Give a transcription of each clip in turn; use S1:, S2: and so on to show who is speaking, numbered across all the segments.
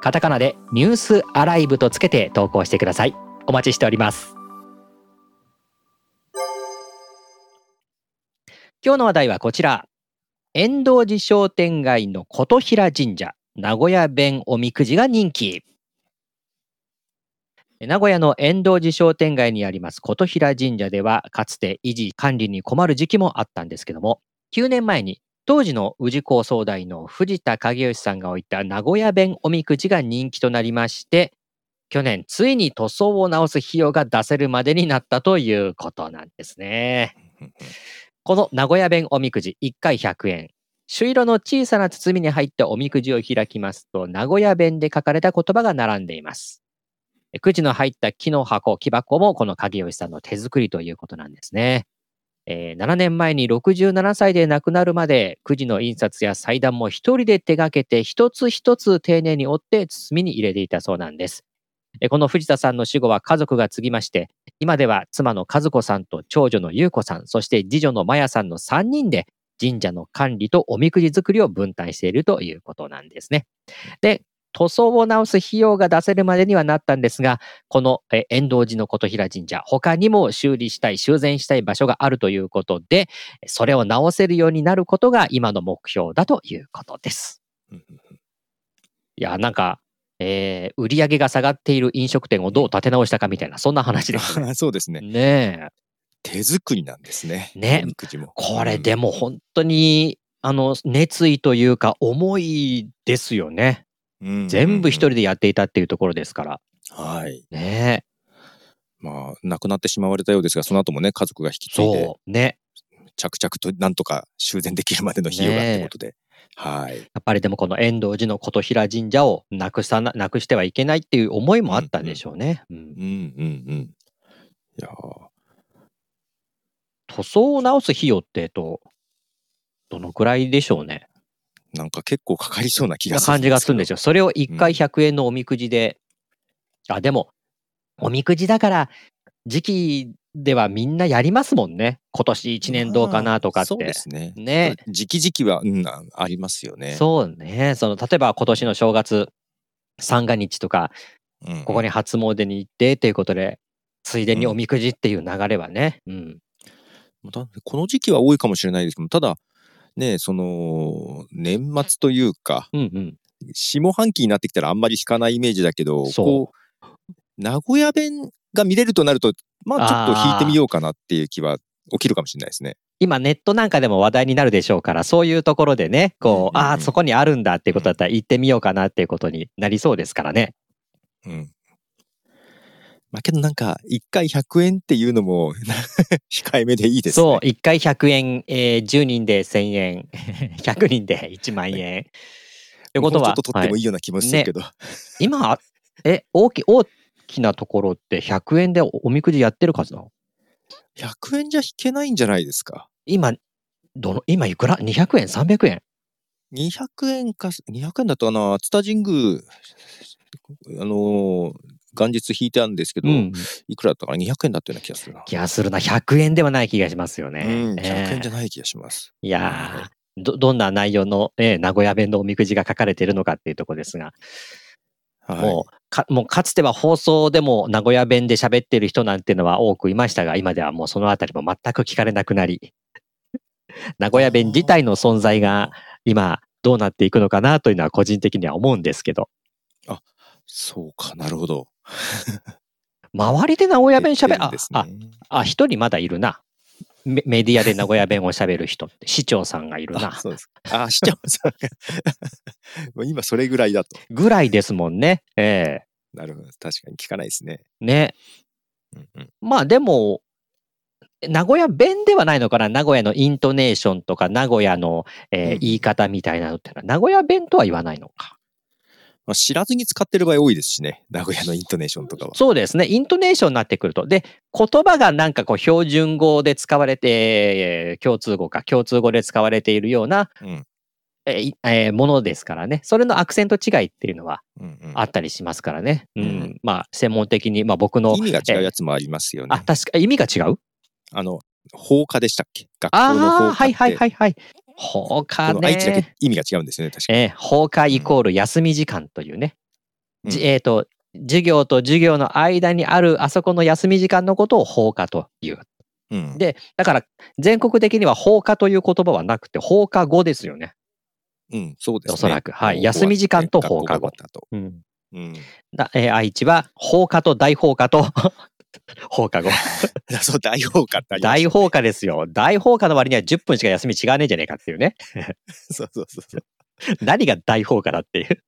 S1: カタカナでニュースアライブとつけて投稿してくださいお待ちしております今日の話題はこちら遠藤寺商店街の琴平神社名古屋弁おみくじが人気名古屋の遠藤寺商店街にあります琴平神社ではかつて維持管理に困る時期もあったんですけども9年前に当時の宇治高総大の藤田景義さんが置いた名古屋弁おみくじが人気となりまして去年ついに塗装を直す費用が出せるまでになったということなんですね。この名古屋弁おみくじ1回100円朱色の小さな包みに入ったおみくじを開きますと名古屋弁で書かれた言葉が並んでいます。くじの入った木の箱、木箱もこの影吉さんの手作りということなんですね。えー、7年前に67歳で亡くなるまでくじの印刷や祭壇も一人で手がけて一つ一つ丁寧に折って包みに入れていたそうなんです。えー、この藤田さんの死後は家族が継ぎまして今では妻の和子さんと長女の優子さんそして次女のまやさんの3人で神社の管理とおみくじ作りを分担しているということなんですね。で塗装を直す費用が出せるまでにはなったんですが、この遠藤寺の琴平神社、他にも修理したい、修繕したい場所があるということで、それを直せるようになることが今の目標だということです。いや、なんか、えー、売り上げが下がっている飲食店をどう立て直したかみたいな、そんな話です、
S2: ね。 そうですね。
S1: ね
S2: 手作りなんですね。
S1: ね。これでも本当に、あの、熱意というか、思いですよね。全部一人でやっていたっていうところですから。
S2: はい。
S1: ね
S2: まあ、亡くなってしまわれたようですが、その後もね、家族が引き継いで、
S1: ね、
S2: 着々となんとか修繕できるまでの費用がってことで。はい。や
S1: っぱりでもこの遠藤寺の琴平神社をなくさな、なくしてはいけないっていう思いもあったんでしょうね。
S2: うんうんうん。いや
S1: 塗装を直す費用ってと、どのくらいでしょうね。
S2: なんか結構かかりそうな気がす
S1: る感じがするんですよ。それを1回100円のおみくじで、うん、あ、でも、おみくじだから、時期ではみんなやりますもんね。今年1年どうかなとかって。そう
S2: ですね。
S1: ね。
S2: 時期時期は、うん、ありますよね。
S1: そうね。その、例えば今年の正月、三が日とか、うん、ここに初詣に行ってということで、ついでにおみくじっていう流れはね。うん。
S2: うん、この時期は多いかもしれないですけど、ただ、ね、その年末というか、
S1: うんうん、
S2: 下半期になってきたらあんまり引かないイメージだけどこう名古屋弁が見れるとなるとまあちょっと引いてみようかなっていう気は起きるかもしれないですね。
S1: 今ネットなんかでも話題になるでしょうからそういうところでねこう、ああそこにあるんだっていうことだったら行ってみようかなっていうことになりそうですからね。
S2: うん、まあけどなんか、1回100円っていうのも 控えめでいいですね。
S1: そう、1回100円、えー、10人で1000円、100人で1万円。
S2: ということは。ちょっと取ってもいいような気もするけど。はい
S1: ね、今、え、大き、大きなところって100円でおみくじやってる数なの
S2: ?100 円じゃ引けないんじゃないですか。
S1: 今、どの、今いくら ?200 円 ?300 円
S2: ?200 円か、200円だとあの、熱田神宮、あのー元日引いたんですけど、うん、いくらだったかな200円だったような気がするな。
S1: 気がするな。100円ではない気がしますよね。
S2: うん、100円じゃない気がします。
S1: えー、いやー、ど、どんな内容の、えー、名古屋弁のおみくじが書かれているのかっていうとこですが、はい、もう、か、もうかつては放送でも名古屋弁で喋ってる人なんていうのは多くいましたが、今ではもうそのあたりも全く聞かれなくな り、名古屋弁自体の存在が今どうなっていくのかなというのは個人的には思うんですけど。
S2: あ、そうか、なるほど。
S1: 周りで名古屋弁しゃべる、ね、あ、あ、一人まだいるな。メディアで名古屋弁をしゃべる人って、市長さんがいるな。
S2: そうですあ、市長さ んが。今それぐらいだと。
S1: ぐらいですもんね。ええ
S2: ー、なるほど。確かに聞かないですね。
S1: ね。うんうん、まあでも、名古屋弁ではないのかな名古屋のイントネーションとか、名古屋の、えー、言い方みたいなのってのは、うん、名古屋弁とは言わないのか。
S2: まあ、知らずに使ってる場合多いですしね。名古屋のイントネーションとかは。
S1: そうですね。イントネーションになってくると。で、言葉がなんかこう標準語で使われて、えー共通語か、共通語で使われているような、
S2: うん
S1: えーいえーものですからね。それのアクセント違いっていうのは
S2: うんうん
S1: あったりしますからね。うん。
S2: うん
S1: まあ、専門的に、まあ僕の。
S2: 意味が違うやつもありますよね。
S1: あ、
S2: あ
S1: 確か、意味が違う
S2: の、放火でしたっけ学校の
S1: ああー、は
S2: 放火っ
S1: い
S2: て。
S1: はいはいはい。放火
S2: この
S1: ね。
S2: 愛知だけ意味が違うんですよね、確かに。
S1: えー、放課イコール休み時間というね、
S2: うん
S1: じえーと授業と授業の間にあるあそこの休み時間のことを放課という
S2: うん
S1: でだから全国的には放課という言葉はなくて放課後ですよね、
S2: うん、そうですね。
S1: おそらくはい
S2: もう
S1: 休み時間と放課後
S2: 学校が終わった後うん、
S1: だえー愛知は放課と大放課 と放課後
S2: そう、大放火ってありま
S1: 大
S2: し
S1: 放課ですよ大放課の割には10分しか休み違わねえじゃねえかっていうね
S2: た。 そうそうそうそう。
S1: 何が大放課だっていう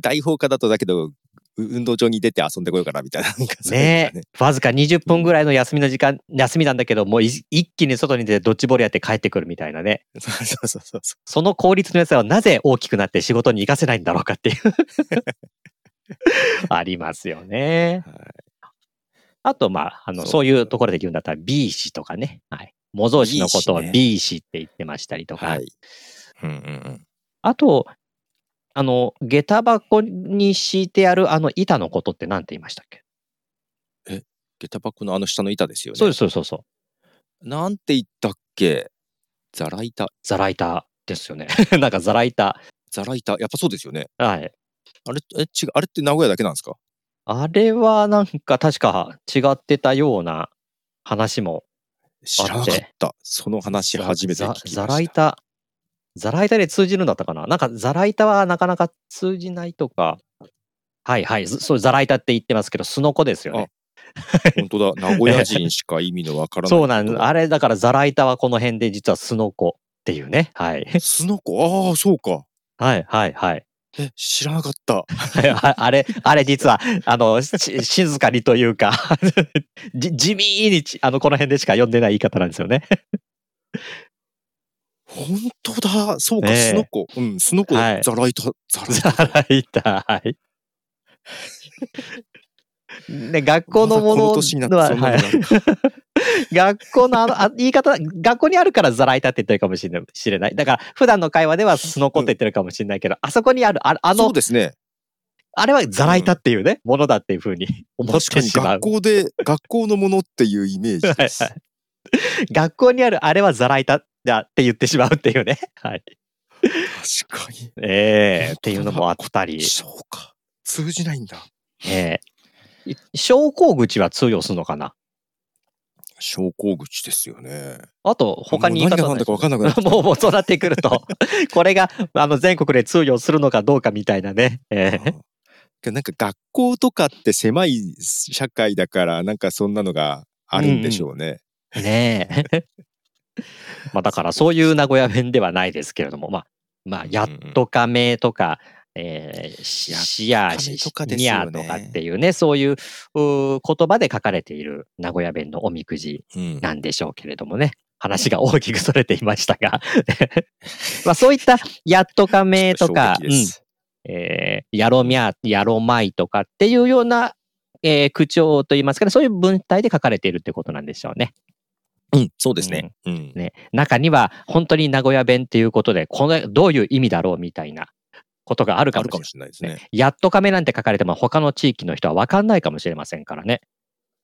S2: 大放火だとだけど、う運動場に出て遊んでこようかなみたいな。なんかそういうの
S1: ね
S2: が
S1: え、わずか20分ぐらいの休みの時間、休みなんだけど、もうい一気に外に出てドッジボールやって帰ってくるみたいなね。
S2: そうそうそうそうそ
S1: その効率の良さはなぜ大きくなって仕事に生かせないんだろうかっていう。ありますよね。
S2: う。はい
S1: あと、まあ、あの、
S2: そう
S1: そういうところで言うんだったら B 氏とかね。はい。模造紙のことを
S2: B 氏ね
S1: B 氏って言ってましたりとか。
S2: はい。うんうんうん。
S1: あと、あの、下駄箱に敷いてあるあの板のことって何て言いましたっけ
S2: 下駄箱のあの下の板ですよね。
S1: そうです、そうですそうそう。
S2: なんて言ったっけザラ板。
S1: ザラ板ですよね。 なんかザラ板。
S2: ザラ板。やっぱそうですよね。
S1: はい。
S2: あれ、え、違う、あれって名古屋だけなんですか
S1: あれはなんか確か違ってたような話も
S2: 知らなかった。その話初めて聞きました。
S1: ザライタザライタで通じるんだったかななんかザライタはなかなか通じないとかはいはいずそうザライタって言ってますけどスノコですよね
S2: 本当だ。名古屋人しか意味のわからない。
S1: そうなんあれだからザライタはこの辺で実はスノコっていうねはい
S2: すのこ、ああ、そうか。
S1: はいはいはい
S2: え、知らなかった。
S1: あ あれあれ実はあのし静かにというか じ地味にちあのこの辺でしか読んでない言い方なんですよね
S2: 本当だ。そうか、
S1: ねえ
S2: すのこ。うん、すのこ
S1: は
S2: だ。
S1: い
S2: ザライト、ザライ
S1: ザライター、 はい。ね、学校の
S2: ト。
S1: も
S2: まだこ
S1: の
S2: の年になってそんな
S1: は
S2: の
S1: い
S2: があるか
S1: 学校のあのあ言い方、学校にあるからザライターって言ってるかもしれない知れない。だから、普段の会話ではスノコって言ってるかもしれないけど、あそこにある、ああ
S2: そ
S1: の
S2: う、ですね。
S1: あれはザライターっていうね、ものだっていうふうに思っ
S2: 確か
S1: て
S2: に
S1: しまう
S2: 学。校で、学校のものっていうイメージです。
S1: はい学校にあるあれはザライターだって言ってしまうっていうね。はい。
S2: 確かに。
S1: ええっていうのもあったり。
S2: そうか。通じないんだ。
S1: ええ昇降口は通用するのかな
S2: 昇降口ですよね。
S1: あと、他に言い
S2: もう
S1: 方な
S2: 何が
S1: い
S2: 何だか分かんなくなってきた
S1: もう、もうそうなってくると、 これが、あの、全国で通用するのかどうかみたいなね。えー
S2: うんけどなんか学校とかって狭い社会だからなんかそんなのがあるんでしょうね。
S1: ねえ。 まあ、だから、そういう名古屋弁ではないですけれども、まあ、まあ、やっとかめとか、えー、し
S2: やっと
S1: しやし、
S2: 亀
S1: し
S2: とかです
S1: に
S2: よ
S1: ゃ
S2: ね
S1: ーとかっていうね、そういううー言葉で書かれている名古屋弁のおみくじ
S2: うん
S1: なんでしょうけれどもね。話が大きくそれていましたが、 まあ、そういったやっとかめとか、
S2: 衝
S1: う
S2: 撃で
S1: ん、
S2: す
S1: えーやろみゃ、やろまいとかっていうような、えー口調といいますかね、そういう文体で書かれているってことなんでしょうね。
S2: うん、そうですね。うん
S1: ね中には、本当に名古屋弁っていうことで、このどういう意味だろうみたいなことがあるか
S2: あ
S1: もし
S2: る
S1: れない
S2: かも。しれないですね。
S1: やっとかめなんて書かれても、他の地域の人は分かんないかもしれませんからね。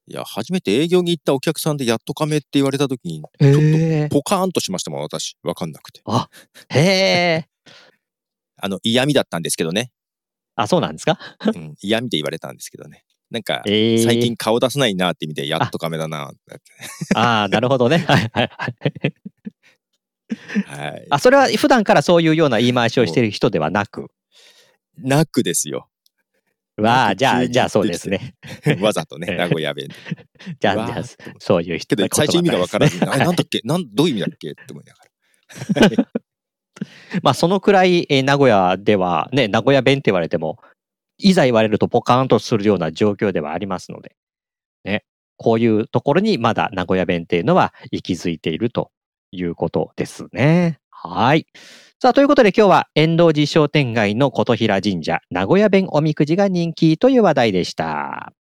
S2: いや、初めて営業に行ったお客さんでやっとかめって言われた時に、
S1: へ
S2: と
S1: え。
S2: ポカーンとしましたもん、私。わかんなくて。
S1: へえ。
S2: あの、嫌味だったんですけどね。
S1: あ、そうなんですか
S2: うん、嫌味で言われたんですけどね。なんか、
S1: ええ。
S2: 最近顔出さないなって意味で、やっとかめだなって。
S1: ああ、なるほどね。はいはいはい。
S2: はい。
S1: あ、それは普段からそういうような言い回しをしている人ではなく。
S2: なくで すよ。
S1: わ
S2: な
S1: あ、
S2: んか
S1: じゃ
S2: 急
S1: あ、
S2: に
S1: じゃあそうですね。
S2: わざと
S1: え
S2: ね、
S1: え
S2: 名古屋弁で。
S1: じゃあ、
S2: わ
S1: じゃ
S2: ー
S1: あ
S2: っ、と思って
S1: そういう人
S2: けど、最初意味がわか らず、
S1: 言葉
S2: あ
S1: んですね
S2: なんだっけなん、どういう意味だっけって思いながら。はい
S1: まあ、そのくらい、えー名古屋では、ね、名古屋弁って言われても、いざ言われるとポカーンとするような状況ではありますので、ね、こういうところにまだ名古屋弁っていうのは息づいているということですね。はい。さあ、ということで今日は遠藤寺商店街の琴平神社、名古屋弁おみくじが人気という話題でした。